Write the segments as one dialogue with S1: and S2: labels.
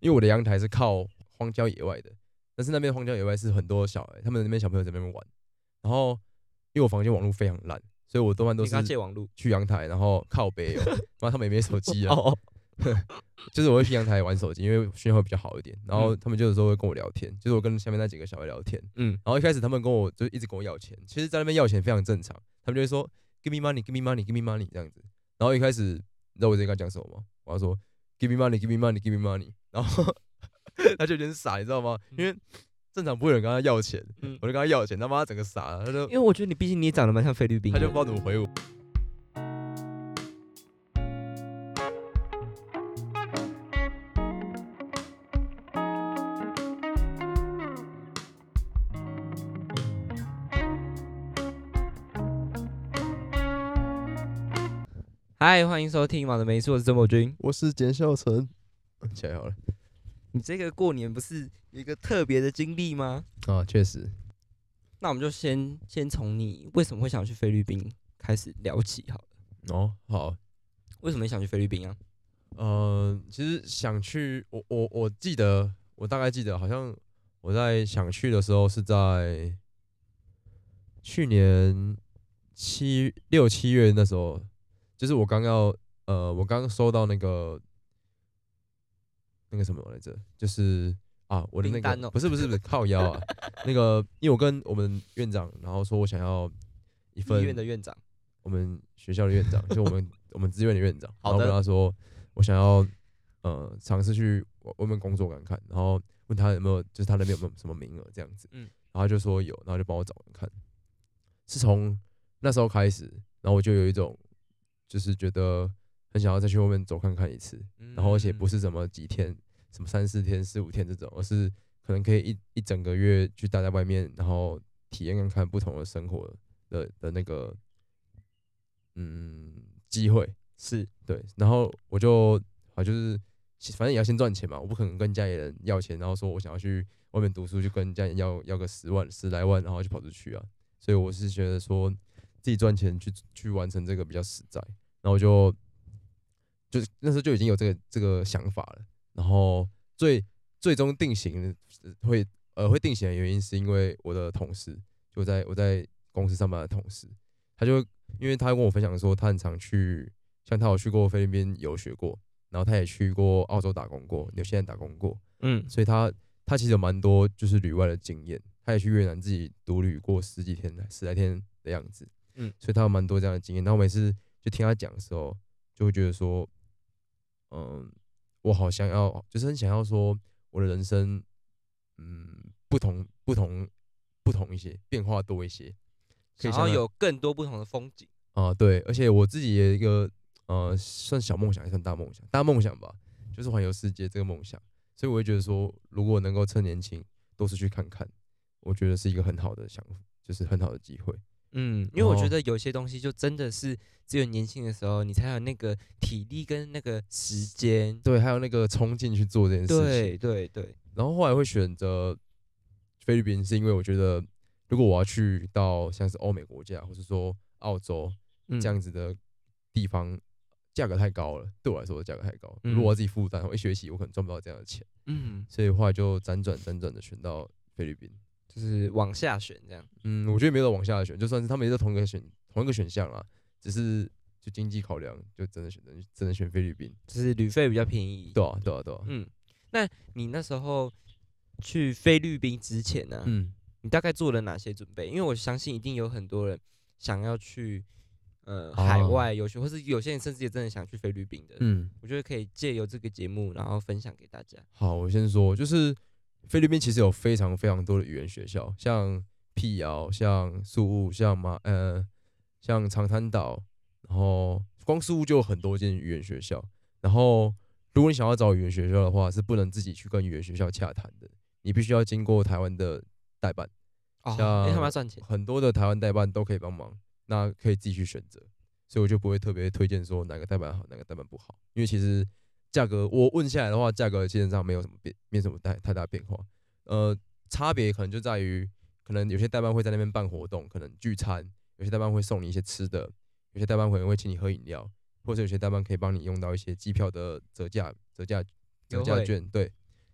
S1: 因为我的阳台是靠荒郊野外的，但是那边荒郊野外是很多小孩，他们那边小朋友在那边玩。然后因为我房间网络非常烂，所以我多半都
S2: 你跟他
S1: 是
S2: 借网路。
S1: 去阳台，然后靠 北哦，然后他们也没手机啊，
S2: 哦哦，
S1: 就是我会去阳台玩手机，因为讯号比较好一点。然后他们就有时候会跟我聊天，就是我跟下面那几个小孩聊天。
S2: 嗯，
S1: 然后一开始他们跟我就一直跟我要钱，其实在那边要钱非常正常，他们就会说 give me money give me money give me money 这样子。然后一开始你知道我在跟他讲什么吗？我要说 give me money give me money give me money，然 后他就有点傻，你知道吗？因为正常不会有人跟他要钱，
S2: 嗯
S1: 我就跟他要钱，他妈他整个傻了，他就
S2: 因为我觉得你毕竟你也长得蛮像菲律宾
S1: 他
S2: 人，
S1: 就不知道怎么回我。
S2: 嗨，欢迎收听《马的没事》，我是曾博君。
S1: 我是简孝成，呃起来好了
S2: 你这个过年不是有一个特别的经历吗？
S1: 啊，确实，
S2: 那我们就先先从你为什么会想去菲律宾开始聊起好了。
S1: 哦，好，
S2: 为什么你想去菲律宾啊？
S1: 呃，其实想去，我我我记得，我大概记得，好像我在想去的时候是在去年七六七月那时候，就是我刚要呃，我刚收到那个那个什么来着，就是啊，我的
S2: 名
S1: 那个、
S2: 单哦
S1: 不是不是不是靠腰 啊，那个因为我跟我们院长，然后说我想要一份
S2: 医院的院长。
S1: 我们学校的院 长，就我们我们资院的院长，然
S2: 好
S1: 后我跟
S2: 的
S1: 他说，我想要呃尝试去外外面工作看看，然后问他有没有就是他那边有没有什么名额这样子，
S2: 嗯
S1: 然后他就说有，然后就帮我找人看，是从那时候开始，然后我就有一种就是觉得很想要再去外面走看看一次，
S2: 嗯
S1: 然后而且不
S2: 是
S1: 是什么几天，什么三四天、四五天这种，而是可能可以一一整个月去待在外面，然后体验看看不同的生活的的那个嗯机会。
S2: 是
S1: 对，然后我就啊就是先反正也要先赚钱嘛，我不可能跟家里人要钱，然后说我想要去外面读书，就跟家里要要个十万十来万，然后就跑出去啊。所以我是觉得说自己赚钱去去完成这个比较实在，然后我就就是那时候就已经有这个这个想法了，然后最最终定型的会呃会定型的原因是因为我的同事，就我在我在公司上班的同事，他就因为他跟我分享说他很常去，像他有去过菲律宾游学过，然后他也去过澳洲打工过，纽西兰打工过，
S2: 嗯
S1: 所以他他其实有蛮多就是旅外的经验，他也去越南自己独旅过十几天、十来天的样子，
S2: 嗯，
S1: 所以他有蛮多这样的经验。然后每次就听他讲的时候，就会觉得说，嗯，我好想要，就是很想要说我的人生，嗯，不同不同不同一些，变化多一些，可以
S2: 想
S1: 像
S2: 要
S1: 他
S2: 有更多不同的风景。
S1: 啊、对，而且我自己也有一个呃，算小梦想，也算大梦想，大梦想吧，就是环游世界这个梦想。所以我会觉得说，如果能够趁年轻多出去看看，我觉得是一个很好的想，就是很好的机会。
S2: 嗯，因为我觉
S1: 哦
S2: 得有些东西就真的是只有年轻的时候，你才有那个体力跟那个时间。
S1: 对，还有那个冲劲去做这件事情。
S2: 对对对，
S1: 然后后来会选择菲律宾，是因为我觉得，如果我要去到像是欧美国家，或是说澳洲
S2: 嗯
S1: 这样子的地方，价格太高了，对我来说价格太高。
S2: 嗯
S1: 如果我自己负担，我一学期我可能赚不到这样的钱。
S2: 嗯，
S1: 所以后来就辗转辗转的选到菲律宾。
S2: 就是往下选这样。
S1: 嗯，我觉得没有往下选，就算是他们也是同一个选同一个选项啦，只是就经济考量，就真的选择真的选菲律宾。
S2: 就是旅费比较便宜。
S1: 对啊，对啊，对啊。
S2: 嗯，那你那时候去菲律宾之前呢、
S1: 嗯，
S2: 你大概做了哪些准备？因为我相信一定有很多人想要去呃
S1: 哦
S2: 海外游学，或是有些人甚至也真的想去菲律宾的。
S1: 嗯，
S2: 我觉得可以借由这个节目，然后分享给大家。
S1: 好，我先说，就是菲律宾其实有非常非常多的语言学校，像辟谣、像宿务、像马呃、像长滩岛，然后光宿务就有很多间语言学校。然后，如果你想要找语言学校的话，是不能自己去跟语言学校洽谈的，你必须要经过台湾的代办。
S2: 哦，因为
S1: 像
S2: 他们要赚钱。
S1: 很多的台湾代办都可以帮忙，那可以自己去选择，所以我就不会特别推荐说哪个代办好，哪个代办不好，因为其实价格我问下来的话，价格基本上没有什么变，没什么太太大变化，呃，差别可能就在于，可能有些代办会在那边办活动，可能聚餐，有些代办会送你一些吃的，有些代办可能会请你喝饮料，或者有些代办可以帮你用到一些机票的折价、折价、折
S2: 优
S1: 价
S2: 惠
S1: 券，对，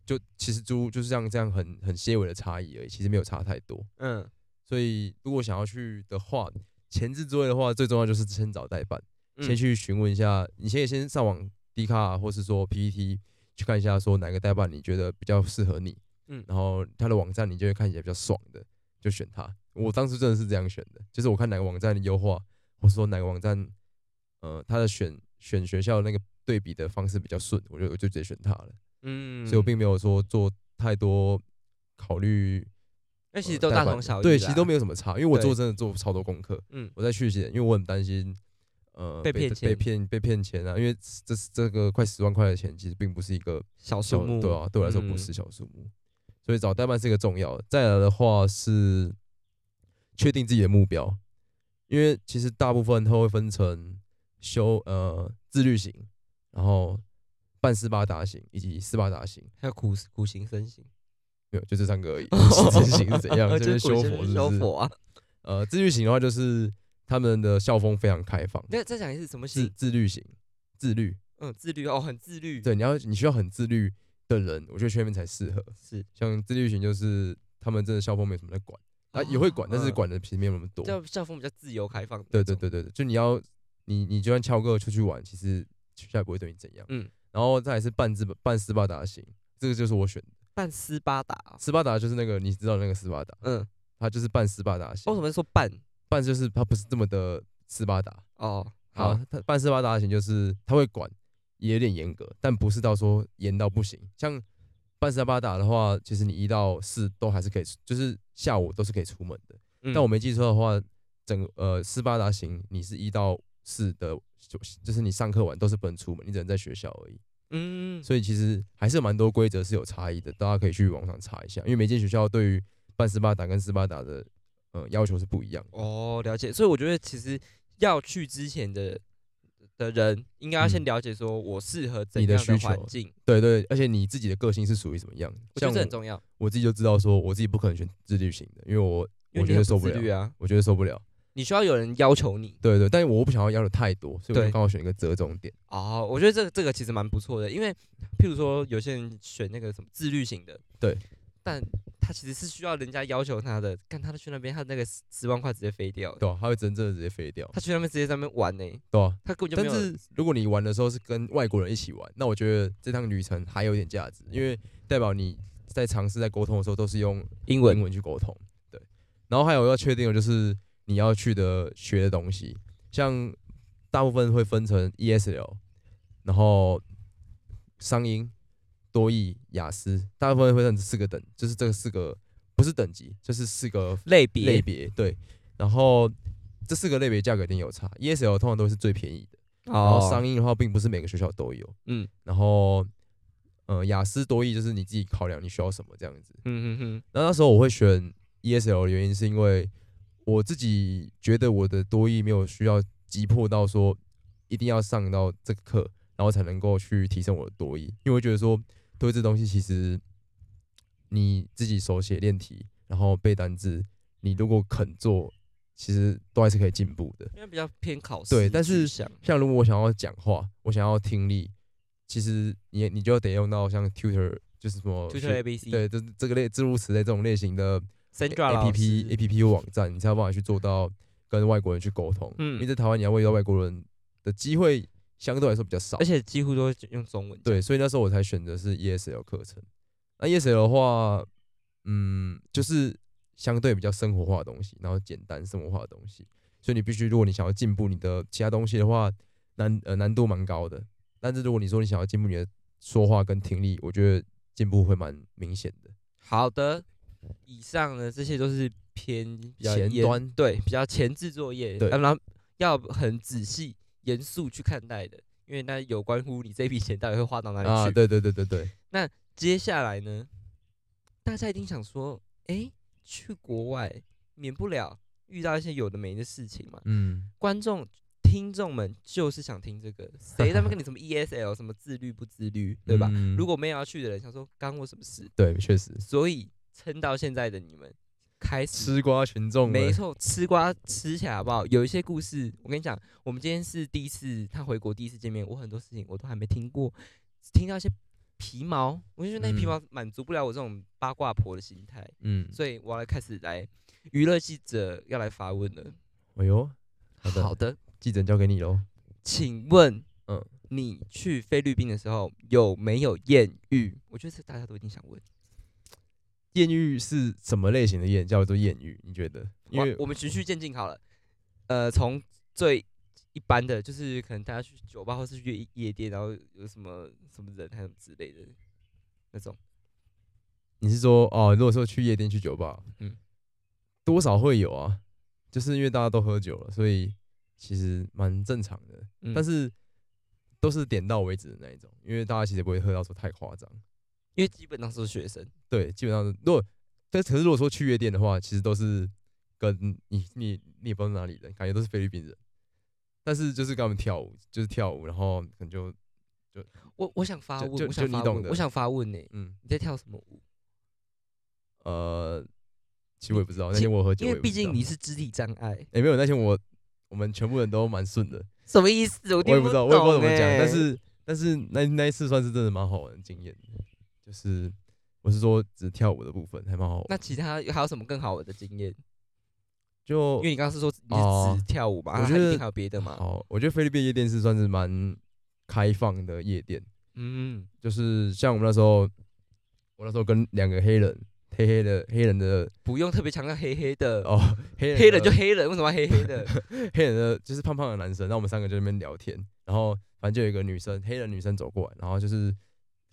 S1: 就其实租就是这样这样很很些微的差异而已，其实没有差太多。
S2: 嗯，
S1: 所以如果想要去的话，前置作业的话，最重要就是先找代办，
S2: 嗯
S1: 先去询问一下，你先先上网 D 卡、啊或是说 PPT 去看一下，说哪个代办你觉得比较适合你，
S2: 嗯
S1: 然后它的网站你就会看起来比较爽的，就选它。我当时真的是这样选的，就是我看哪个网站的优化，或是说哪个网站，呃，它的选选学校的那个对比的方式比较顺，我就我就直接选它了，
S2: 嗯，
S1: 所以我并没有说做太多考虑
S2: 那其实
S1: 呃
S2: 都
S1: 代
S2: 大
S1: 办
S2: 同
S1: 的
S2: 小异，
S1: 对，其实都没有什么差，因为我做
S2: 对
S1: 真的做超多功课，
S2: 嗯
S1: 我在续写，因为我很担心，呃，
S2: 被骗
S1: 被
S2: 钱
S1: 骗被骗钱啊，因为这这个快十万块的钱，其实并不是一个
S2: 小
S1: 小
S2: 数目，
S1: 对啊，对我来说不
S2: 嗯
S1: 是小数目，所以找代办是一个重要的。再来的话是确定自己的目标，因为其实大部分它会分成修呃自律型，然后半斯巴达型以及斯巴达型，
S2: 还有苦苦行僧 行，
S1: 没有就这三个而 已。自律型是怎样？
S2: 哦就是是苦
S1: 修佛
S2: 行僧
S1: 是
S2: 修
S1: 不是？
S2: 佛啊。
S1: 呃，自律型的话就是他们的校风非常开放，
S2: 那再讲一次什么
S1: 自
S2: 行？
S1: 自律型，自律。
S2: 嗯，自律哦，很自律，，
S1: 对，你要你需要很自律的人，我觉得去那边才适合。
S2: 是
S1: 像自律型就是他们真的校风没什么在管，啊也会管，但是
S2: 嗯
S1: 管的其实没有那么多。
S2: 叫校风比较自由开放，
S1: 对对，对对对，就你要你你就算翘课出去玩，其实学校也不会对你怎样。
S2: 嗯，
S1: 然后再来是半自半斯巴达型，这个就是我选的。
S2: 半斯巴达哦，
S1: 斯巴达就是那个你知道那个斯巴达，
S2: 嗯，
S1: 他就是半斯巴达型。
S2: 为什么说半？
S1: 半就是他不是这么的斯巴达，
S2: 哦，
S1: 好
S2: 好，，
S1: 他办斯巴达型就是他会管，也有点严格，但不是到说严到不行。像办斯巴达的话，其实你一到四都还是可以出，就是下午都是可以出门的。
S2: 嗯
S1: 但我没记错的话，整个呃斯巴达型你是一到四的，就就是你上课完都是不能出门，你只能在学校而已。
S2: 嗯，
S1: 所以其实还是有蛮多规则是有差异的，大家可以去网上查一下，因为每间学校对于办斯巴达跟斯巴达的呃要求是不一样的。
S2: 哦，了解。所以我觉得其实要去之前的的人，应该要先
S1: 嗯
S2: 了解说我适合怎
S1: 你的
S2: 样
S1: 需
S2: 环
S1: 求
S2: 境，
S1: 对对，而且你自己的个性是属于什么样的？
S2: 我觉得这
S1: 像
S2: 很重要，
S1: 我自己就知道说，我自己不可能选自律型的，因为我我
S2: 因
S1: 觉
S2: 为你
S1: 得
S2: 很
S1: 受不
S2: 自律
S1: 了，
S2: 啊，
S1: 我觉得受不了。
S2: 你需要有人要求你。
S1: 对对，但是我不想要要求太多，所以我
S2: 对
S1: 就刚好选一个折中点。
S2: 哦，我觉得这个这个其实蛮不错的，因为譬如说有些人选那个什么自律型的，
S1: 对，
S2: 但他其实是需要人家要求他的，看他去那边，他那个十十万块直接飞掉，
S1: 对啊，它会真正的直接废掉，
S2: 他去那边直接在那边玩呢、
S1: 对啊。
S2: 他根本就
S1: 但
S2: 没有。
S1: 是如果你玩的时候是跟外国人一起玩，那我觉得这趟旅程还有点价值，因为代表你在尝试在沟通的时候都是用
S2: 英
S1: 英文去沟通。对，然后还有要确定的就是你要去的学的东西，像大部分会分成 ESL，然后商英、多益、雅思，大部分会分成四个等，就是这四个不是等级，就是四个
S2: 类别
S1: 类别。对，然后这四个类别价格一定有差，ESL 通常都是最便宜的，然后商英的话并不是每个学校都有，
S2: 哦嗯
S1: 然后。呃，雅思多益就是你自己考量你需要什么这样子，
S2: 嗯嗯嗯，
S1: 那那时候我会选 ESL 的原因是因为我自己觉得我的多益没有需要急迫到说一定要上到这个课，然后才能够去提升我的多益，因为我觉得说多益这东西其实你自己手写练题，然后背单字，你如果肯做，其实都还是可以进步的。
S2: 因为比较偏考试
S1: 对但
S2: 取
S1: 是
S2: 向
S1: 像如果我想要讲话，我想要听力，其实你你就得用到像 tutor，就是什么
S2: Tutor
S1: 学
S2: A B C
S1: 对，就是这个类诸如此类这种类型的
S2: Sandra
S1: A
S2: 老
S1: P P A
S2: 师
S1: P P 网站，你才有办法去做到跟外国人去沟通。
S2: 嗯
S1: 因为在台湾你要遇到外国人的机会相对来说比较少
S2: 而，且几乎都是用中文。，
S1: 对，所以那时候我才选择是 E S L 课程。那 E S L 的话，嗯，就是相对比较生活化的东西，然后简单生活化的东西，所以你必须，如果你想要进步你的其他东西的话，难呃难度蛮高的。但是如果你说你想要进步你的说话跟听力，我觉得进步会蛮明显的。
S2: 好的，以上呢这些都是偏比较
S1: 前
S2: 严
S1: 端
S2: 对比较前置作业，
S1: 对
S2: 啊然后要很仔细严肃去看待的，因为那有关乎你这笔钱到底会花到哪里去。
S1: 啊，对对对对对，
S2: 接下来呢，大家一定想说，诶，去国外免不了遇到一些有的没的事情嘛。
S1: 嗯。
S2: 观众、听众们就是想听这个，谁他们 跟你什么 ESL 什么自律不自律，对吧？
S1: 嗯
S2: 如果没有要去的人，想说干我什么事？
S1: 对，确实
S2: 所以撑到现在的你们开始，
S1: 吃瓜群众们
S2: 没错，吃瓜吃起来好不好？有一些故事，我跟你讲，我们今天是第一次他回国第一次见面，我很多事情我都还没听过，听到一些皮毛，我就觉得那些皮
S1: 嗯
S2: 毛满足不了我这种八卦婆的心态，
S1: 嗯，
S2: 所以我要来开始来娱乐记者要来发问了。
S1: 哎呦，好的
S2: 好的，
S1: 记者交给你喽。
S2: 请问，嗯
S1: 嗯，
S2: 你去菲律宾的时候有没有艳遇？我觉得这大家都一定想问。
S1: 艳遇是什么类型的艳？叫做艳遇？你觉得？因
S2: 我
S1: 为
S2: 我们循序渐进好了，呃，从最一般的就是可能大家去酒吧或是去夜夜店，然后有什么什么人还有之类的那种，
S1: 你是说哦，如果说去夜店、去酒吧，
S2: 嗯
S1: 嗯，多少会有啊，就是因为大家都喝酒了，所以其实蛮正常的。
S2: 嗯
S1: 但是都是点到为止的那一种，因为大家其实也不会喝到说太夸张。
S2: 因为基本上都是学生，
S1: 对，基本上是如果但可是如果说去夜店的话，其实都是跟你你你也不知道哪里人，感觉都是菲律宾人，但是就是跟他们跳舞，就是跳舞，然后可能就
S2: 我我想发
S1: 就
S2: 问，
S1: 就
S2: 我想
S1: 就你
S2: 发
S1: 懂
S2: 问，我
S1: 的
S2: 想发问呢、
S1: 嗯
S2: 你在跳什么舞？
S1: 呃，其实我也不知道那
S2: 其
S1: 天我喝酒
S2: 因
S1: 我也
S2: 为
S1: 不知道，
S2: 毕竟你是肢体障碍，
S1: 也、没有那天我我们全部人都蛮顺的，
S2: 什么意思？我
S1: 我也
S2: 不
S1: 不知道我也不知道怎么讲，
S2: 懂欸
S1: 但是但是那那一次算是真的蛮好玩的经验的，就是我是说只跳舞的部分还蛮好玩的，
S2: 那其他还有什么更好玩的经验？
S1: 就
S2: 因为你刚刚是说你
S1: 哦
S2: 是只跳舞嘛，
S1: 我
S2: 那
S1: 觉
S2: 还
S1: 得
S2: 一
S1: 哦
S2: 定还有别的嘛？
S1: 好，我觉得菲律宾夜店是算是蛮开放的夜店，
S2: 嗯，
S1: 就是像我们那时候，我那时候跟两个黑人，黑黑的黑人的
S2: 不用特别强调黑黑的，
S1: 哦，黑人
S2: 黑人就
S1: 的
S2: 黑人，为什么要黑黑 的？
S1: 黑人的就是胖胖的男生，然后我们三个就在那边聊天，然后反正就有一个女生，黑人女生走过来，然后就是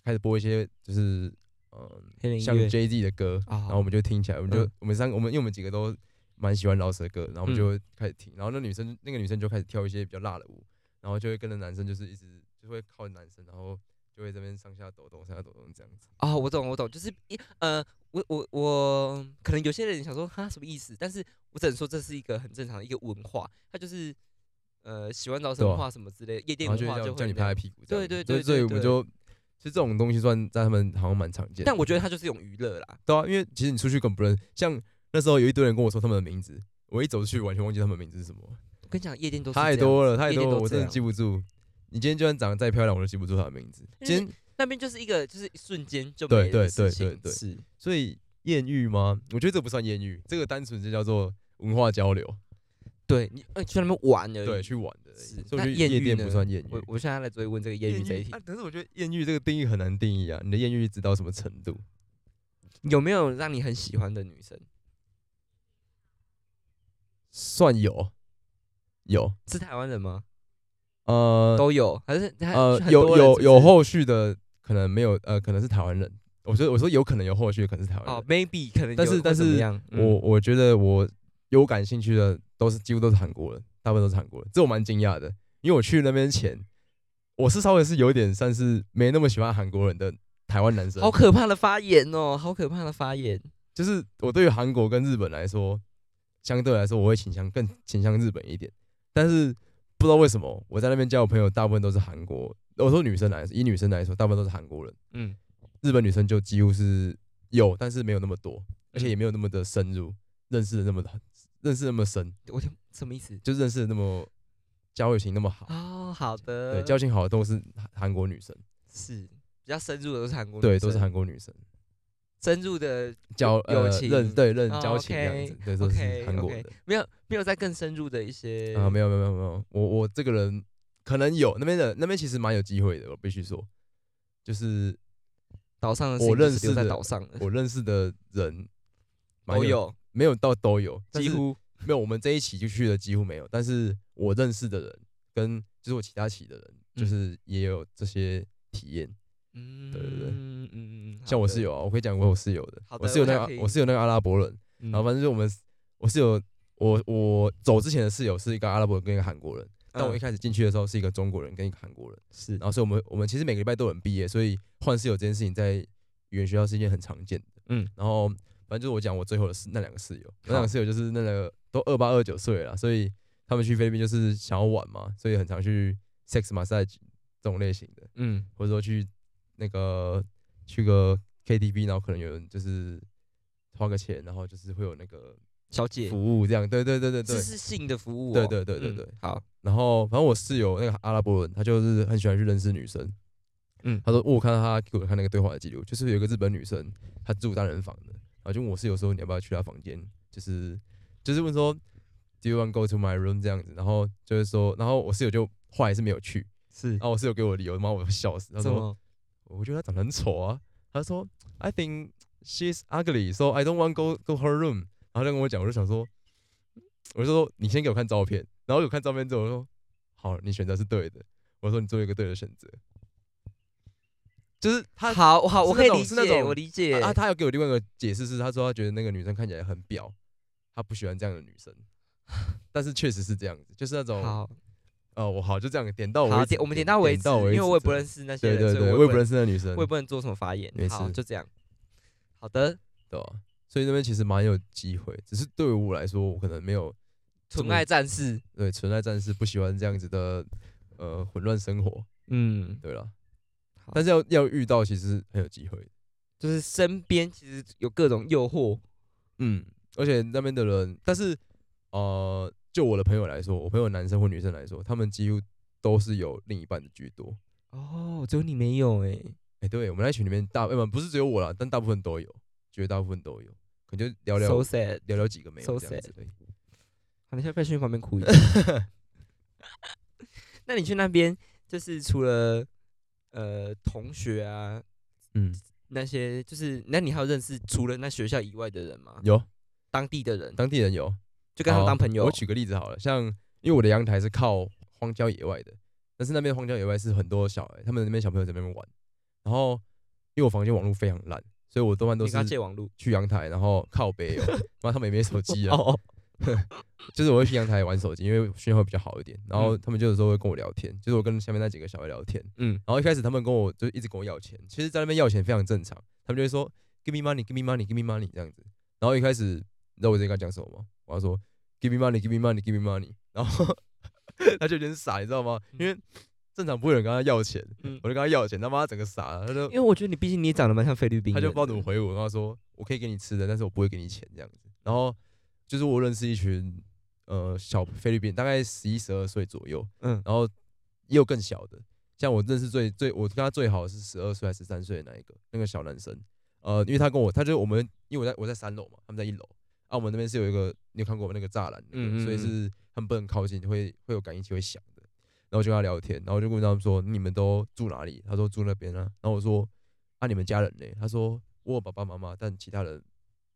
S1: 开始播一些就是嗯
S2: 黑人音
S1: 像
S2: 乐
S1: J Z 的歌，
S2: 啊，
S1: 然后我们就听起来，我们就、
S2: 嗯
S1: 我们三个，我们因为我们几个都蛮喜欢饶舌歌，然后我们
S2: 嗯
S1: 就会开始听，然后那女生那个女生就开始跳一些比较辣的舞，然后就会跟着男生就是一直就会靠男生，然后就会这边上下抖动上下抖动这样子。
S2: 哦，我懂，我懂，就是一呃，我我我可能有些人想说哈什么意思，但是我只能说这是一个很正常的一个文化，它就是呃喜欢饶舌
S1: 对
S2: 文
S1: 啊
S2: 化什么之类的，夜
S1: 然
S2: 店
S1: 后
S2: 文
S1: 就
S2: 化
S1: 叫
S2: 就
S1: 叫
S2: 会
S1: 你
S2: 那
S1: 拍拍
S2: 样。
S1: 屁股这样子，
S2: 对对
S1: 所以
S2: 对对
S1: 所以
S2: 对
S1: 我就其实这种东西算在他们好像蛮常见的。
S2: 但我觉得它就是一种娱乐啦，
S1: 对啊，因为其实你出去根本不认，像那时候有一堆人跟我说他们的名字，我一走出去完全忘记他们的名字是什么，
S2: 我跟你讲，夜店都是
S1: 太
S2: 这样
S1: 多
S2: 子
S1: 了太
S2: 夜店
S1: 多了，
S2: 都
S1: 我
S2: 这
S1: 真的
S2: 样
S1: 记不住。你今天就算长得再漂亮，我都记不住她的名字。
S2: 因为
S1: 今天
S2: 那边就是一个就是瞬间就
S1: 对
S2: 没了的
S1: 对
S2: 事
S1: 对
S2: 情
S1: 对对
S2: 是
S1: 所以艳遇吗？我觉得这不算艳遇，这个单纯就叫做文化交流，
S2: 对你呃去那边玩而已。
S1: 对，去玩的而已。
S2: 是
S1: 所以我
S2: 那
S1: 觉得
S2: 艳
S1: 夜
S2: 遇
S1: 店
S2: 呢
S1: 不算艳遇
S2: 我。我现在来追问这个艳遇这一题，
S1: 啊，可是我觉得艳遇这个定义很难定义啊。你的艳遇直到什么程度？
S2: 有没有让你很喜欢的女生？
S1: 算有，有，
S2: 是台湾人吗？
S1: 呃，
S2: 都有，还是还
S1: 呃，
S2: 很
S1: 有
S2: 多人是
S1: 有
S2: 不
S1: 有
S2: 是
S1: 后续的，可能没有，呃，可能是台湾人。我觉得我说有可能有后续，可能是台湾人。
S2: 哦，maybe 可能
S1: 但
S2: 有
S1: 是
S2: 会
S1: 但
S2: 怎么
S1: 是
S2: 样嗯
S1: 我我觉得我有感兴趣的都是几乎都是韩国人，大部分都是韩国人，这我蛮惊讶的，因为我去那边前，我是稍微是有点算是没那么喜欢韩国人的台湾男生，
S2: 好可怕的发言哦，好可怕的发言。
S1: 就是我对于韩国跟日本来说，相对来说我会倾向更倾向日本一点，但是不知道为什么我在那边交的朋友大部分都是韩国，我说女生来以女生来说，大部分都是韩国人，
S2: 嗯，
S1: 日本女生就几乎是有，但是没有那么多，而且
S2: 嗯
S1: 也没有那么的深入，认识的那么的认识得那么深。
S2: 我听什么意思？
S1: 就认识的那么交友情那么好，
S2: 哦，好的，
S1: 对，交情好的都是韩韩国女生，
S2: 是比较深入的都是韩国女生，
S1: 对，都是韩国女生，
S2: 深入的
S1: 交
S2: 友
S1: 呃
S2: 情
S1: 认对认
S2: 哦
S1: 交情这样子，对，都是
S2: OK
S1: 韩国
S2: OK，
S1: 的
S2: 没有没有再更深入的一些
S1: 啊，没有没有没有没有，我我这个人可能有那边的那边其实蛮有机会的，我必须说， 就是
S2: 岛上的事
S1: 我
S2: 情就
S1: 认
S2: 是
S1: 识
S2: 留在
S1: 的
S2: 岛上的
S1: 我认识的 人蛮
S2: 都有
S1: 没有到都有，但
S2: 几
S1: 是
S2: 乎
S1: 没有我们这一期就去的几乎没有，但是我认识的人跟就是我其他期的人，就
S2: 嗯
S1: 是也有这些体验。
S2: 嗯
S1: 对对
S2: 嗯嗯嗯，
S1: 像我
S2: 好的
S1: 室友啊，我可以讲我有室友的
S2: 好，的
S1: 我室友那
S2: 我想
S1: 个
S2: 听
S1: 我室友那个阿拉伯人，
S2: 嗯
S1: 然后反正就我们我室友我我走之前的室友是一个阿拉伯人跟一个韩国人，但我
S2: 嗯
S1: 一开始进去的时候是一个中国人跟一个韩国人，
S2: 是
S1: 然后所以我们我们其实每个礼拜都有人毕业，所以换室友这件事情在语言学校是一件很常见的，
S2: 嗯
S1: 嗯，然后反正就是我讲我最后的室那两个室友，那
S2: 好
S1: 两个室友就是那个都二八二九岁了啦，所以他们去菲律宾就是想要玩嘛，所以很常去 sex massage 这种类型的，
S2: 嗯
S1: 或者说去那个去个 KTV，然后可能有人就是花个钱，然后就是会有那个
S2: 小姐
S1: 服务这样，对对对对对
S2: 知。识性的服务哦，
S1: 对对对对
S2: 嗯
S1: 对
S2: 好
S1: 然后反正我室友那个阿拉伯人，他就是很喜欢去认识女生，
S2: 嗯
S1: 他说、哦我看到他给我看那个对话的记录，就是有一个日本女生，她住单人房的，然后就问我室友说你要不要去她房间，就是就是问说 Do you want go to my room 这样子，然后就是说，然后我室友就后来是没有去，
S2: 是
S1: 然后我室友给我理由，妈我笑死，他
S2: 怎
S1: 说
S2: 么？
S1: 我觉得她长得很丑啊，他说 I think she's ugly, so I don't want go go her room，然后他就跟我讲，我就想说，我就说你先给我看照片，然后有看照片之后，我说好，你选择是对的，我说你做一个对的选择，就是他
S2: 好，我好，我
S1: 是那
S2: 可以
S1: 种
S2: 理
S1: 是那
S2: 解，
S1: 种
S2: 我理解。
S1: 啊，他有给我另外一个解释是，他说他觉得那个女生看起来很婊，他不喜欢这样的女生。但是确实是这样子，就是那种
S2: 好，
S1: 哦，我好就这样点到我
S2: 好，点我们点到为止，
S1: 到为止，
S2: 因为我也不认
S1: 识，
S2: 识那些
S1: 对
S2: 人，
S1: 对
S2: 所以
S1: 对，
S2: 我
S1: 我也不认
S2: 能，
S1: 识那个女生
S2: 我也，不能做什么发言
S1: 没。
S2: 好，
S1: 事
S2: 就这样。好的，
S1: 对吧？所以那边其实蛮有机会，只是对于我来说，我可能没有这
S2: 纯
S1: 么
S2: 爱战士，
S1: 对纯爱战士不喜欢这样子的呃混乱生活，
S2: 嗯，
S1: 对了
S2: 好，
S1: 但是要要遇到其实很有机会，
S2: 就是身边其实有各种诱惑，
S1: 嗯，而且那边的人，但是呃，就我的朋友来说，我朋友男生或女生来说，他们几乎都是有另一半的居多。
S2: 哦，只有你没有哎、
S1: 哎、对我们那群里面大，呃，不是只有我啦，但大部分都有，绝大部分都有，可能就聊聊
S2: So sad，
S1: 聊聊几个没有
S2: so
S1: 这样子而已。
S2: 好你现在不要去旁边哭一下。 那你去那边，就是除了呃同学啊
S1: 嗯，
S2: 那些，就是那你还有认识除了那学校以外的人吗？
S1: 有
S2: 当地的人，
S1: 当地人有，
S2: 就跟他们
S1: 好
S2: 当朋友
S1: 我。举个例子好了，像因为我的阳台是靠荒郊野外的，但是那边荒郊野外是很多小孩，他们那边小朋友在那边玩，然后因为我房间网络非常烂，所以我多半都
S2: 你跟他
S1: 是
S2: 借网路。
S1: 去阳台，然后靠北哦， 然后他们也没手机啊，
S2: 哦，
S1: 就是我会去阳台玩手机，因为讯号比较好一点。然后
S2: 嗯
S1: 他们就有时候会跟我聊天，就是我跟下面那几个小孩聊天。
S2: 嗯，
S1: 然后一开始他们跟我就一直跟我要钱，其实，在那边要钱非常正常，他们就会说 “give me money, give me money, give me money” 这样子。然后一开始，你知道我在跟他讲什么吗？我要说 “give me money, give me money, give me money”，然后 他就有点傻，你知道吗？因为正常不会有人跟他要钱，
S2: 嗯
S1: 我就跟他要钱，他妈整个傻了，他就
S2: 因为我觉得你毕竟你也长得蛮像菲律宾
S1: 他
S2: 人
S1: 就
S2: 的，
S1: 不知道怎么回我，跟他说我可以给你吃的，但是我不会给你钱这样子。然后就是我认识一群呃小菲律宾，大概十一十二岁左右，
S2: 嗯
S1: 然后也有更小的，像我认识最最我跟他最好的是十二岁还是三岁的那一个那个小男生，呃，因为他跟我，他就我们因为我在我在三楼嘛，他们在一楼，啊，我们那边是有一个你有看过我们那个栅栏、那个，
S2: 嗯嗯
S1: 所以
S2: 嗯
S1: 是他们不能靠近，会会有感应器会响的。然后我就跟他聊天，然后我就问他们说你们都住哪里？他说住那边啊。然后我说啊，你们家人呢？他说我有爸爸妈妈，但其他人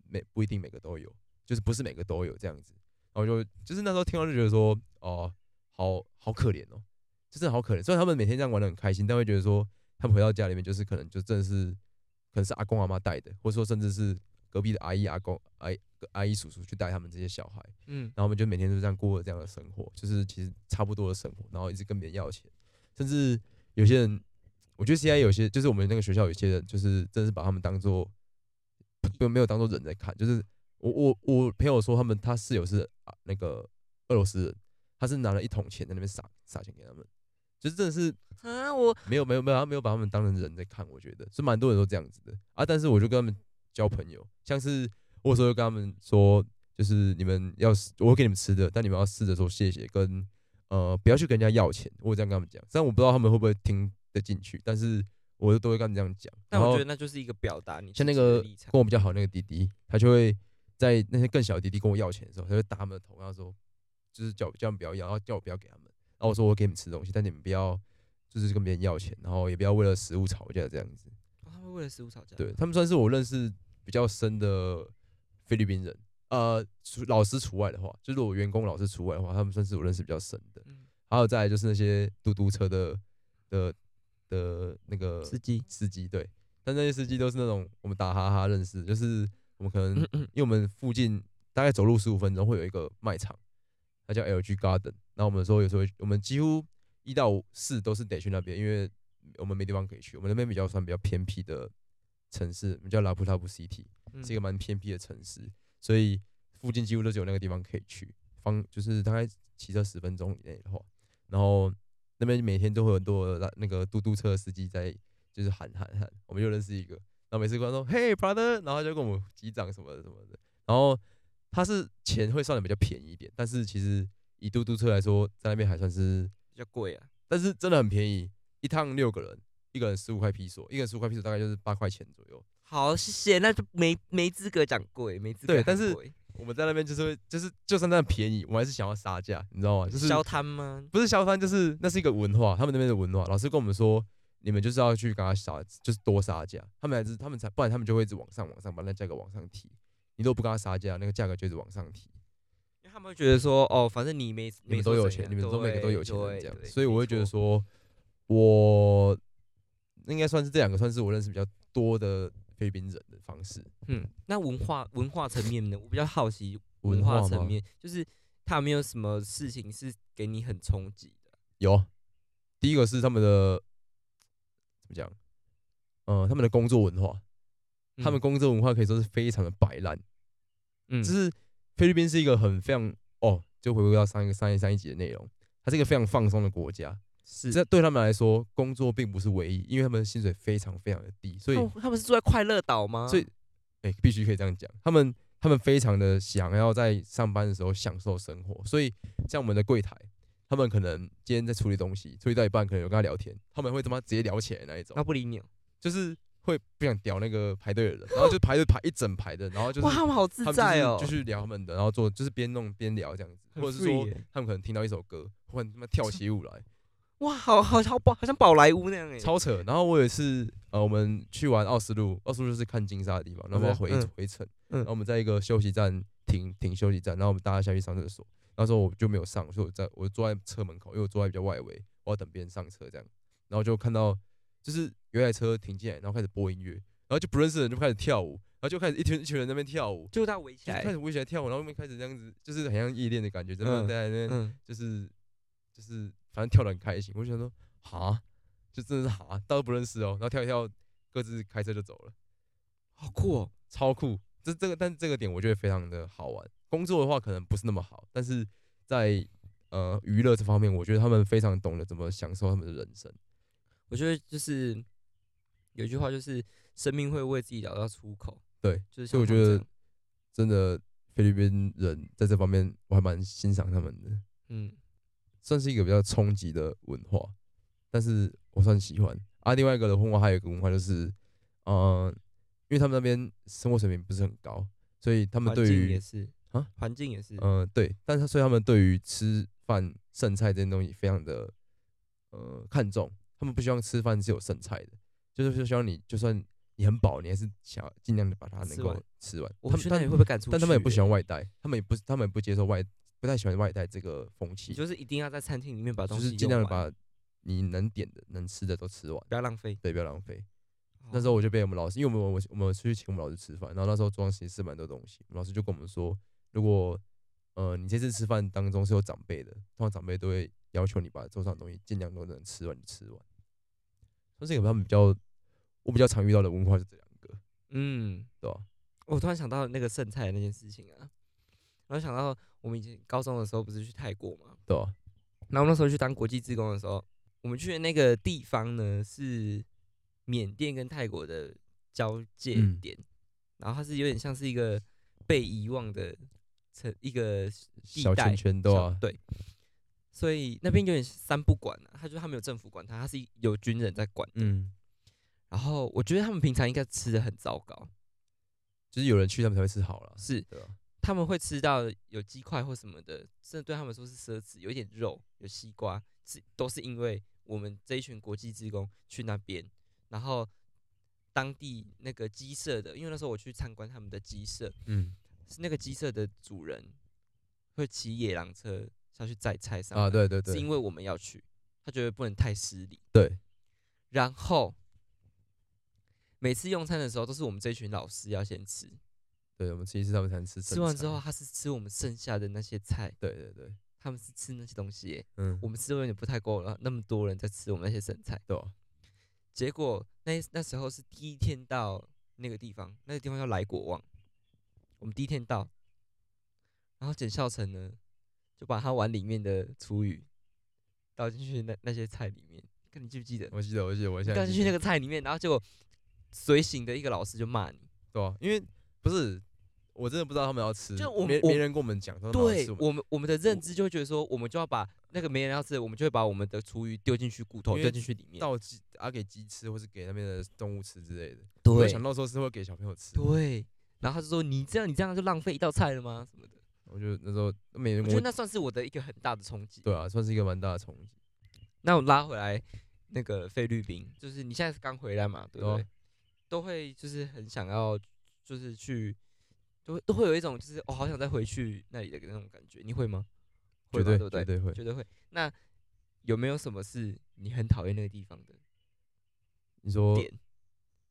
S1: 每不一定每个都有，就是不是每个都有这样子。然后我就就是那时候听到就觉得说，哦、好好可怜哦，就是好可怜。虽然他们每天这样玩的很开心，但会觉得说他们回到家里面就是可能就真的是可能是阿公阿妈带的，或者说甚至是隔壁的阿姨阿公阿姨阿姨叔叔去带他们这些小孩，
S2: 嗯
S1: 然后我们就每天都这样过这样的生活，就是其实差不多的生活，然后一直跟别人要钱，甚至有些人，我觉得现在有些就是我们那个学校有些人，就是真的是把他们当做不没有当做人在看，就是我我我朋友说他们他室友是啊那个俄罗斯人，他是拿了一桶钱在那边撒撒钱给他们，就是真的是
S2: 啊，我
S1: 没有没有没有，他没有把他们当成人在看，我觉得是蛮多人都这样子的啊。但是我就跟他们交朋友，像是我有时候就跟他们说，就是你们要是我会给你们吃的，但你们要试着说谢谢，跟呃不要去跟人家要钱。我有这样跟他们讲，虽然我不知道他们会不会听得进去，但是我就都会跟他们这样讲。
S2: 但
S1: 然
S2: 我
S1: 后
S2: 觉得那就是一个表达你
S1: 像那
S2: 自己的
S1: 个
S2: 立场
S1: 跟我比较好的那个弟弟，他就会在那些更小的弟弟跟我要钱的时候，他就打他们的头，然后说就是叫叫他们不要要，然后叫我不要给他们，然后我说我会给你们吃东西，但你们不要就是跟别人要钱，然后也不要为了食物吵架这样子。
S2: 哦他们为了食物吵架，
S1: 对他们算是我认识比较深的菲律宾人，呃，除老师除外的话，就是我员工老师除外的话，他们算是我认识比较深的。
S2: 嗯，
S1: 还有再来就是那些嘟嘟车的的的那个
S2: 司机，
S1: 司机，对，但那些司机都是那种我们打哈哈认识，就是我们可能因为我们附近大概走路十五分钟会有一个卖场，它叫 LG Garden，然后我们说有时候会我们几乎一到五四都是得去那边，因为我们没地方可以去，我们那边比较算比较偏僻的城市，我们叫拉普拉布 City，
S2: 嗯
S1: 是一个蛮偏僻的城市，所以附近几乎都只有那个地方可以去，方就是大概骑车十分钟以内的话，然后那边每天都会有很多的拉那个嘟嘟车司机在就是喊喊喊，我们就认识一个，然后每次跟他说 Hey brother，然后他就跟我们击掌什么的什么的，然后他是钱会算的比较便宜一点，但是其实以嘟嘟车来说，在那边还算是，
S2: 比较贵啊，
S1: 但是真的很便宜，一趟六个人一个人十五块披索，一个人十五块披索大概就是八块钱左右。
S2: 好，谢谢，那就没没资格讲贵，没资格
S1: 对
S2: 喊
S1: 但是
S2: 贵
S1: 我们在那边就是会就是就算那便宜，我还是想要杀价，你知道吗？就是
S2: 消摊吗？
S1: 不是消摊，就是那是一个文化，他们那边的文化。老师跟我们说，你们就是要去跟他杀，就是多杀价，他们还是他们才，不然他们就会一直往上往上，把那价格往上提。你都不跟他杀价，那个价格就一直往上提。
S2: 因为他们会觉得说，哦，反正你没
S1: 你
S2: 没
S1: 们
S2: 说
S1: 都有
S2: 怎
S1: 钱，
S2: 样
S1: 你们都每个都有钱
S2: 对
S1: 人这样
S2: 对，
S1: 所以我会觉得
S2: 没错嗯
S1: 说，我应该算是这两个算是我认识比较多的菲律宾人的方式。
S2: 嗯，那文化文化层面呢？我比较好奇文
S1: 文
S2: 化
S1: 化
S2: 层
S1: 吗
S2: 面，就是他有没有什么事情是给你很冲击的？
S1: 有，啊第一个是他们的怎么讲？呃，他们的工作文化，他们
S2: 公
S1: 工作文化可以说是非常的摆烂，
S2: 嗯
S1: 就是菲律宾是一个很非常哦，就回归到上一个上一上一集的内容，它是一个非常放松的国家。
S2: 是
S1: 这对他们来说，工作并不是唯一，因为他们的薪水非常非常的低，所以
S2: 他们他们是住在快乐岛吗？
S1: 所以哎、必须可以这样讲，他们他们非常的想要在上班的时候享受生活，所以像我们的柜台，他们可能今天在处理东西，处理到一半，可能有跟他聊天，他们会他妈直接聊起来那一种
S2: 他，不理你哦，
S1: 就是会不想屌那个排队的人，然后就排队排一整排的，然后就是
S2: 哇，他们好自
S1: 他们
S2: 在哦，
S1: 就是就去聊他们的，然后做就是边弄边聊这样子，
S2: 很
S1: 或者是
S2: free
S1: 说
S2: 耶
S1: 他们可能听到一首歌，忽然他妈跳起舞来，
S2: 哇，好好好宝，好像宝莱坞那样哎，
S1: 超扯。然后我有一次，呃，我们去玩奥斯陆，奥斯陆就是看金沙的地方，然后我们要回、
S2: 嗯
S1: 回程，
S2: 嗯
S1: 然后我们在一个休息站停停休息站，然后我们大家下去上厕所。那时候我就没有上，所以我在我坐在车门口，因为我坐在比较外围，我要等别人上车这样。然后就看到就是有一台车停进来，然后开始播音乐，然后就不认识的人就开始跳舞，然后就开始一群一群人在那边跳舞，
S2: 就他围起
S1: 就
S2: 来
S1: 开，始围起来跳舞，然后后面开始这样子，就是很像夜店的感觉，真的
S2: 嗯
S1: 在那边
S2: 嗯，
S1: 就是就是反正跳得很开心。我就想说，哈，就真的是哈，大家都不认识哦，然后跳一跳，各自开车就走了，
S2: 好酷哦，
S1: 超酷。这这个，但是这个点我觉得非常的好玩。工作的话可能不是那么好，但是在呃娱乐这方面，我觉得他们非常懂得怎么享受他们的人生。
S2: 我觉得就是有一句话就是生命会为自己找到出口，
S1: 对，
S2: 就
S1: 所
S2: 是
S1: 以
S2: 像
S1: 我
S2: 他
S1: 觉
S2: 们这
S1: 得
S2: 样
S1: 真的菲律宾人在这方面我还蛮欣赏他们的，
S2: 嗯，
S1: 算是一个比较冲击的文化，但是我算喜欢。啊，另外一个的文化还有一个文化就是，呃，因为他们那边生活水平不是很高，所以他
S2: 他
S1: 们对于
S2: 嗯也是
S1: 啊，
S2: 环境也是，
S1: 嗯，对，但是所以他们对于吃饭剩菜这件东西非常的呃看重，他们不希望吃饭是有剩菜的，就是就希望你就算你很饱，你还是想要尽量的把它能
S2: 吃
S1: 够
S2: 完
S1: 吃完。
S2: 我
S1: 他
S2: 去
S1: 们
S2: 那里
S1: 但
S2: 会不会赶出去欸？
S1: 但他们也不喜欢外带，他们也不他们也不接受外，不太喜欢外带这个风气
S2: 你，就是一定要在餐厅里面把
S1: 就
S2: 东
S1: 是
S2: 西
S1: 尽
S2: 用
S1: 量地
S2: 完
S1: 把你能点的能吃的都吃完，
S2: 不要浪费。
S1: 对，不要浪费。那
S2: 哦
S1: 时候我就被我们老师，因为我们我我们出去请我们老师吃饭，然后那时候桌上其实是蛮多东西，我们老师就跟我们说，如果呃你这次吃饭当中是有长辈的，通常长辈都会要求你把桌上的东西尽量都能吃完就吃完。算是一个他们比较我比较常遇到的文化是这两个，
S2: 嗯，
S1: 对啊吧、
S2: 我突然想到那个剩菜的那件事情啊，然后想到我们以前高中的时候不是去泰国嘛，
S1: 对吧、啊
S2: 然后那时候去当国际志工的时候，我们去的那个地方呢是缅甸跟泰国的交界
S1: 嗯
S2: 点，然后它是有点像是一个被遗忘的城，一个地
S1: 小
S2: 带
S1: 圈圈对吧、啊
S2: 小对，所以那边有点三不管啊，他就是他没有政府管他，他是有军人在管。
S1: 嗯，
S2: 然后我觉得他们平常应该吃的很糟糕，
S1: 就是有人去他们才会吃好了，
S2: 是
S1: 对吧、啊
S2: 他们会吃到有鸡块或什么的，甚至对他们说是奢侈，有一点肉，有西瓜，是都是因为我们这一群国际职工去那边，然后当地那个鸡舍的，因为那时候我去参观他们的鸡舍，
S1: 嗯
S2: 是那个鸡舍的主人会骑野狼车下去摘菜上
S1: 啊，
S2: 来，
S1: 对对
S2: 是
S1: 对
S2: 因为我们要去，他觉得不能太失礼，
S1: 对，
S2: 然后每次用餐的时候都是我们这一群老师要先吃，
S1: 对，我们吃一次他们才能吃剩菜，
S2: 吃完之后他是吃我们剩下的那些菜。
S1: 啊对对对，
S2: 他们是吃那些东西耶，
S1: 嗯，
S2: 我们吃的有点不太够了，那么多人在吃我们那些剩菜。
S1: 对吧、啊
S2: 结果那那时候是第一天到那个地方，那个地方叫莱国旺，我们第一天到，然后简孝成呢就把他碗里面的厨余倒进去那那些菜里面，看你记不记得？
S1: 我记得我记得我现在
S2: 倒
S1: 记
S2: 进去
S1: 得
S2: 那个菜里面，然后结果随行的一个老师就骂你，
S1: 对啊，因为不是我真的不知道他们要吃，
S2: 就我
S1: 没
S2: 我
S1: 没人跟我们讲，说他们要
S2: 对
S1: 吃
S2: 我们我们的认知就会觉得说，我们就要把那个没人要吃的，我们就会把我们的厨余丢进去骨头，
S1: 因为
S2: 丢进去里面。
S1: 到鸡啊给鸡吃，或是给那边的动物吃之类的。没有
S2: 对
S1: 想到说是会给小朋友吃，
S2: 对，然后他就说你这样你这样就浪费一道菜了吗？什么的，
S1: 我觉得那时候没人
S2: 我
S1: 跟
S2: 觉
S1: 我
S2: 得那算是我的一个很大的冲击。
S1: 对啊，算是一个蛮大的冲击。
S2: 那我拉回来那个菲律宾，就是你现在是刚回来嘛，对不
S1: 对啊
S2: 对？都会就是很想要，就是去，都会都会有一种就是哦，好想再回去那里的那种感觉，你会吗？会
S1: 绝对
S2: 吧，对不
S1: 绝对会。
S2: 绝对会。那有没有什么是你很讨厌那个地方的
S1: 你说
S2: 点？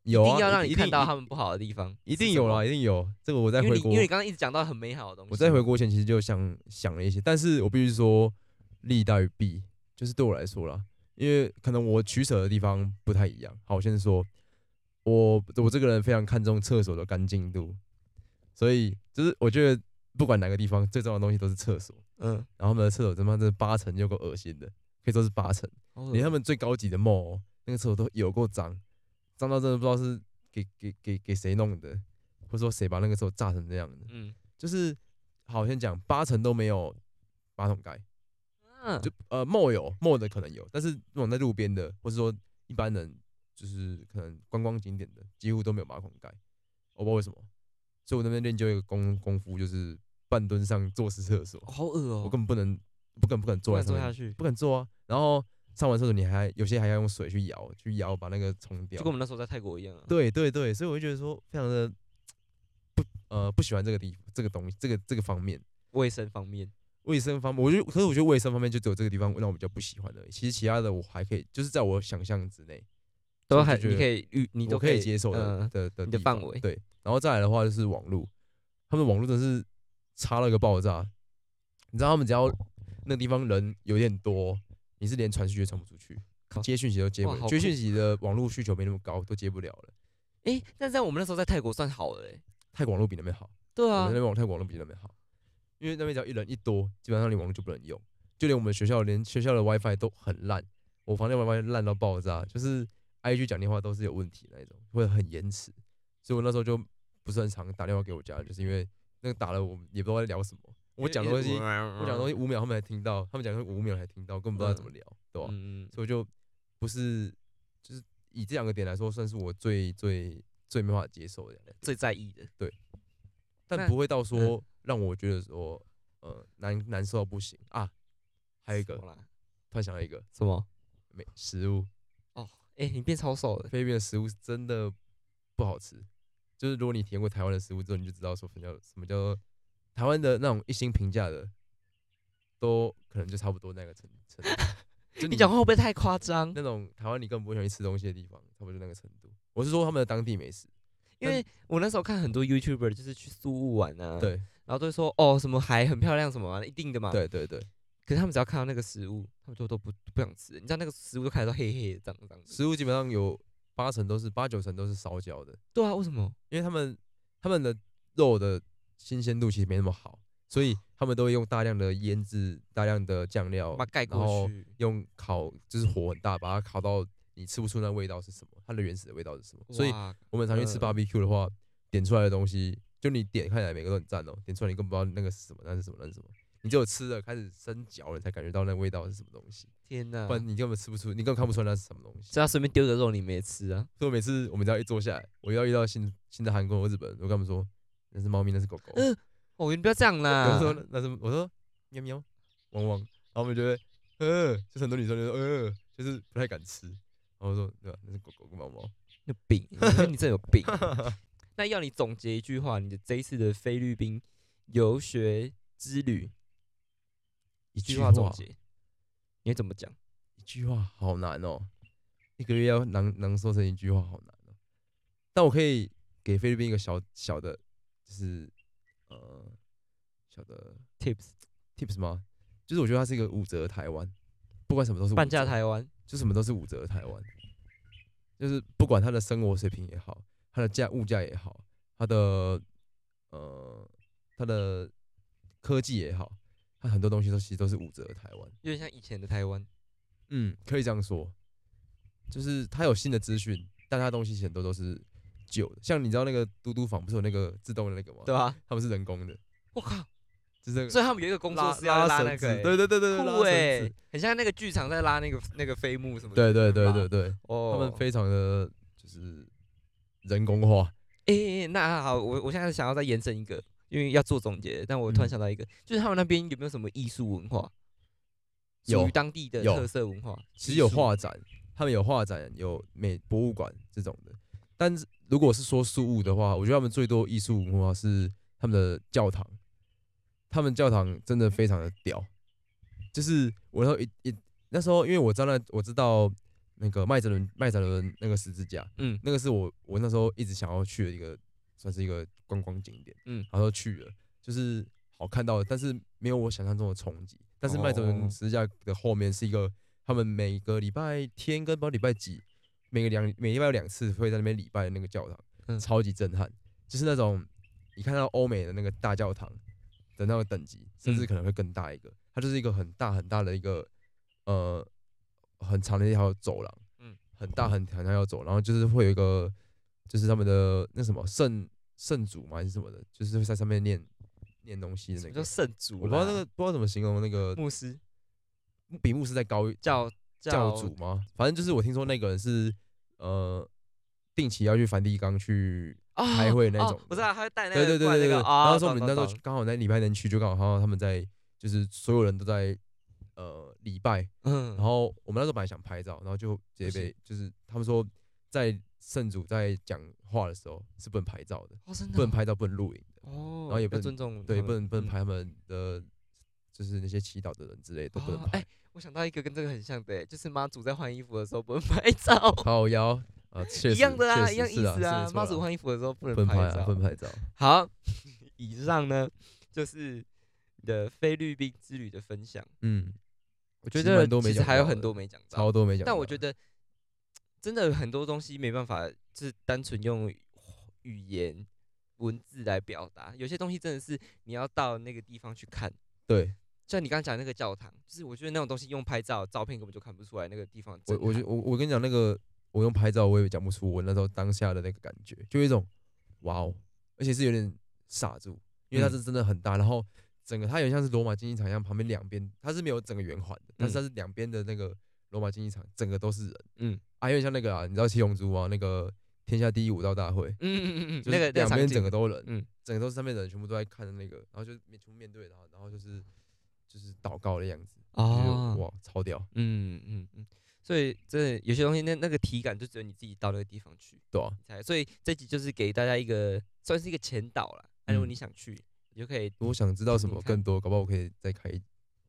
S1: 有
S2: 一定
S1: 啊，
S2: 要让你
S1: 一
S2: 看到他
S1: 一
S2: 们不好的地方，
S1: 一定有啦，
S2: 了。
S1: 一定有。这个我在
S2: 因为
S1: 回
S2: 你
S1: 国
S2: 因，为你刚刚一直讲到很美好的东西，
S1: 我在回国前其实就想想了一些，但是我必须说利大于弊，就是对我来说啦，因为可能我取舍的地方不太一样。好，我先说，我我这个人非常看重厕所的干净度，所以就是我觉得不管哪个地方，最重要的东西都是厕所。
S2: 嗯，
S1: 然后他们的厕所他妈真的八成就够恶心的，可以说是八成。
S2: 好恶
S1: 嗯连他们最高级的 mall 哦那个厕所都有够脏，脏到真的不知道是给给给给谁弄的，或者说谁把那个厕所炸成这样的。
S2: 嗯
S1: 就是好先讲，八成都没有马桶盖，
S2: 嗯
S1: 就呃 mall 有 mall 的可能有，但是那种在路边的，或是说一般人就是可能观光景点的，几乎都没有马桶盖。我不知道为什么，所以我那边练就一个功功夫，就是半蹲上坐式厕所，
S2: 好恶哦、
S1: 我根本不能不敢不敢
S2: 不
S1: 坐
S2: 敢
S1: 在上
S2: 坐
S1: 面
S2: 下去，
S1: 不肯做啊。然后上完厕所，你还有些还要用水去摇，去摇把那个冲
S2: 就
S1: 掉
S2: 跟我。们那时候在泰国一样啊。
S1: 对对对，所以我就觉得说，非常的不呃不喜欢这个地这个东西这个这个方面
S2: 卫生方面，
S1: 卫生方面，我觉得可是我觉得卫生方面就只有这个地方让我比较不喜欢而已。其实其他的我还可以，就是在我想象之内，
S2: 都
S1: 就
S2: 还
S1: 觉
S2: 你
S1: 得
S2: 可以预，你
S1: 我
S2: 都
S1: 可以接受的、
S2: 嗯
S1: 的的
S2: 你的
S1: 地方
S2: 范围
S1: 对，然后再来的话就是网络，他们网络真是差了个爆炸。你知道他们只要那地方人有点多，你是连传讯息都传不出去
S2: 靠，
S1: 接讯息都接不
S2: 哇好
S1: 了，接
S2: 酷
S1: 讯息的网络需求没那么高，都接不了了。
S2: 诶，但在我们那时候在泰国算好的、欸，
S1: 泰国网络比那边好，
S2: 对
S1: 我
S2: 啊
S1: 们那，边网泰国网络比那边好，因为那边只要一人一多，基本上你网络就不能用，就连我们学校连学校的 WiFi 都很烂，我房间 WiFi 烂到爆炸，就是 IG 讲电话都是有问题那一种，会很延迟，所以我那时候就不是很常打电话给我家人，就是因为那个打了我们也不知道在聊什么，我讲东西我
S2: 我
S1: 讲东西
S2: 西，
S1: 五秒他们才听到，他们讲东西五秒才听到，根本不知道怎么聊，对吧、
S2: 嗯，
S1: 所以我就不是就是以这两个点来说，算是我最最最没办法接受的两个点。
S2: 最在意的，那
S1: 但不会到
S2: 嗯
S1: 说让我觉得说呃难难受到不行啊。还有一个
S2: 什么啦
S1: 突然想到一个，
S2: 什么？
S1: 没食物，
S2: 诶，你变超瘦了，
S1: 菲律宾的食物是真的不好吃。就是如果你体验过台湾的食物之后，你就知道说什么叫什么叫做台湾的那种一星评价的，都可能就差不多那个程程度。就
S2: 你讲话会不会太夸张？
S1: 那种台湾你根本不会想去吃东西的地方，差不多就那个程度。我是说他们的当地美食，
S2: 因为我那时候看很多 YouTuber 就是去苏雾玩啊，，
S1: 对
S2: 然后都会说哦什么海很漂亮什么啊，一定的嘛，。
S1: 对对对，
S2: 可是他们只要看到那个食物，他们就都不不想吃了，你知道那个食物都看得到黑黑的这样这样子。
S1: 食物基本上有八成都是八九成都是烧焦的，
S2: 对啊，为什么？
S1: 因为他们他们的肉的新鲜度其实没那么好，所
S2: 哦
S1: 以他们都会用大量的腌制、大量的酱料
S2: 把它，盖
S1: 然后
S2: 过去，
S1: 用烤，就是火很大，把它烤到你吃不出那味道是什么，它的原始的味道是什么。所以
S2: 哇
S1: 我们常去吃
S2: 呃
S1: barbecue 的话，点出来的东西，就你点看起来每个都很赞哦，点出来你根本不知道那个是什么，那是什么，那是什么。你只有吃了开始生嚼了，你才感觉到那味道是什么东西，
S2: 天哪
S1: 不！然你根本吃不出，你根本看不出来那是什么东西。
S2: 只要随便丢个肉你们也吃啊，
S1: 所以我每次我们只要一坐下来，我要遇到新新的韩国或日本人，我跟他们说那是猫咪，那是狗狗。
S2: 呃哦，你不要这样啦
S1: 我。说那是我说喵喵汪汪，然后我们觉得呃，就是很多女生就说呃，就是不太敢吃。然后我说对啊吧、那是狗狗跟猫猫。
S2: 那病，我觉得你真有 病。那要你总结一句话，你的这一次的菲律宾游学之旅，
S1: 一啊
S2: 一句话总结，你会怎么讲？
S1: 一句话好难哦，一个月要能能说成一句话好难哦。但我可以给菲律宾一个小小的，就是呃小的
S2: Tips
S1: tips 吗？就是我觉得它是一个五折的台湾，不管什么都是五
S2: 半价
S1: 折
S2: 台湾，
S1: 就什么都是五折的台湾，就是不管他的生活水平也好，他的价物价也好，他的呃他的科技也好，他很多东西都其实都是五折的台湾。
S2: 有点像以前的台湾。
S1: 嗯，可以这样说，就是他有新的资讯，但他的东西其实很多都是旧的，像你知道那个嘟嘟房不是有那个自动的那个吗？
S2: 对吧？
S1: 他们是人工的，
S2: 我靠！
S1: 就是那个
S2: 所以他们有一个工作
S1: 拉
S2: 室要
S1: 拉
S2: 那
S1: 绳子
S2: 个欸，
S1: 对对对对对，
S2: 酷
S1: 拉
S2: 哎
S1: 绳子，
S2: 很像那个剧场在拉那个那个飞幕什么的。
S1: 对对对
S2: 吧
S1: 对对，
S2: 哦，
S1: 他们非常的就是人工化，
S2: 诶、那好，我我现在想要再延伸一个，因为要做总结，但我突然
S1: 嗯
S2: 想到一个，就是他们那边有没有什么艺术文化？属
S1: 有
S2: 于当地的
S1: 有
S2: 特色文化，
S1: 其
S2: 艺
S1: 实有
S2: 术
S1: 画展，他们有画展，有美博物馆这种的。但是如果是说书物的话，我觉得他们最多艺术文化是他们的教堂，他们教堂真的非常的屌。就是我那时候一一那时候，因为我知道那我知道那个麦哲伦麦哲伦那个十字架，
S2: 嗯
S1: 那个是我我那时候一直想要去的一个，算是一个观光景点，
S2: 嗯
S1: 然后去了，就是好看到的，但是没有我想象中的冲击。但是麦哲
S2: 哦
S1: 伦十字架的后面是一个，他们每个礼拜天跟不知道礼拜几，每个两每礼拜有两次会在那边礼拜的那个教堂，
S2: 嗯
S1: 超级震撼，就是那种你看到欧美的那个大教堂的那个等级，甚至
S2: 嗯
S1: 可能会更大一个，它就是一个很大很大的一个呃很长的一条走廊，
S2: 嗯
S1: 嗯，很大很很大要走，然后就是会有一个就是他们的那什么圣圣主嘛还是什么的，就是会在上面念念东西的
S2: 什
S1: 那
S2: 么
S1: 个
S2: 叫，圣主
S1: 我不知
S2: 啦？啊
S1: 道那个不知道怎么形容那个
S2: 牧师
S1: 比牧师再高一
S2: 教
S1: 教主吗？反正就是我听说那个人是呃定期要去梵蒂冈去，开会那
S2: 哦
S1: 种
S2: 我知道他会带那
S1: 对
S2: 个
S1: 对对
S2: 过来
S1: 对对。
S2: 那个啊，
S1: 然后说我们
S2: 懂
S1: 那时
S2: 懂
S1: 候
S2: 懂
S1: 刚好在礼拜天去，就刚好看到他们在就是所有人都在呃礼拜，
S2: 嗯，
S1: 然后我们那时候本来想拍照，然后就直
S2: 不
S1: 接
S2: 行
S1: 被就是他们说在圣主在讲话的时候是不能拍照的，
S2: 哦真的
S1: 不能
S2: 哦
S1: 拍照，不能录影的，
S2: 哦，
S1: 然后也不
S2: 要
S1: 能
S2: 尊重
S1: 对，
S2: 他
S1: 不
S2: 们
S1: 能不能
S2: 嗯
S1: 拍他们的就是那些祈祷的人之类都不能
S2: 哦
S1: 拍。
S2: 哎我想到一个跟这个很像的欸，就是妈祖在换衣服的时候不能拍 照，
S1: 靠腰啊，确实
S2: 一样的啊，
S1: 确
S2: 一样
S1: 实
S2: 意
S1: 是
S2: 思
S1: 啊，
S2: 啊
S1: 是。没
S2: 妈
S1: 错
S2: 祖
S1: 啦
S2: 换衣服的时候不
S1: 不
S2: 能
S1: 能
S2: 拍
S1: 拍啊，
S2: 照
S1: 不。能拍照。
S2: 好， 以上呢就是你的菲律宾之旅的分享。
S1: 嗯，我
S2: 我觉
S1: 其实
S2: 得
S1: 蛮多没
S2: 其实
S1: 讲
S2: 还有
S1: 到
S2: 很
S1: 的
S2: 多没讲到
S1: 超，多没讲到的。
S2: 啊但我觉得真的很多东西没办法，就是单纯用语语言文字来表达。有些东西真的是你要到那个地方去看，
S1: 对
S2: 像你刚刚讲那个教堂，就是我觉得那种东西用拍照照片根本就看不出来那个地方的
S1: 我
S2: 震撼。
S1: 我觉得我我跟你讲那个，我用拍照我也讲不出我那时候当下的那个感觉，就有一种哇哦，而且是有点傻住，因为它
S2: 嗯
S1: 是真的很大，然后整个它有点像是罗马竞技场一样，旁边两边它是没有整个圆环的，但是它是两边的那个罗马竞技场整个都是人
S2: 嗯
S1: 啊，有点像那个啊，你知道七龙珠啊那个天下第一武道大会，
S2: 嗯嗯嗯嗯，
S1: 就
S2: 那
S1: 是
S2: 个那
S1: 两
S2: 个场
S1: 边整
S2: 景
S1: 个都人，
S2: 嗯
S1: 嗯，整个都是上面的人全部都在看的那个，然后就面全部面对，然后然后就是就是祷告的样子，就觉得
S2: 哦，
S1: 哇，超屌，
S2: 嗯嗯嗯，所以真的有些东西那那个体感就只有你自己到那个地方去。
S1: 对啊，
S2: 才。所以这集就是给大家一个算是一个前导啦。那、如果
S1: 嗯
S2: 你想去，你就可以
S1: 如果想知道什
S2: 听
S1: 么
S2: 听看
S1: 更多，搞不好我可以再开一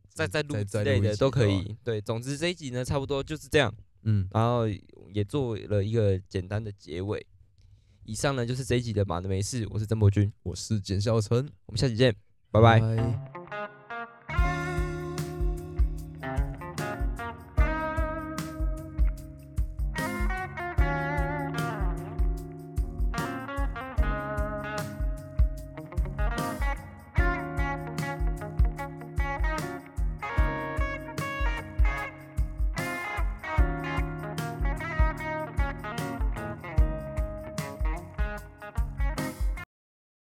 S2: 再再
S1: 嗯再
S2: 录之
S1: 再
S2: 类
S1: 录一
S2: 的
S1: 集
S2: 都可
S1: 对吧
S2: 以。对，总之这一集呢，差不多就是这样，
S1: 嗯，
S2: 然后也做了一个简单的结尾。以上呢就是这一集的马的没事，我是曾博君，
S1: 我是简孝成，
S2: 我们下期见，拜拜。
S1: 拜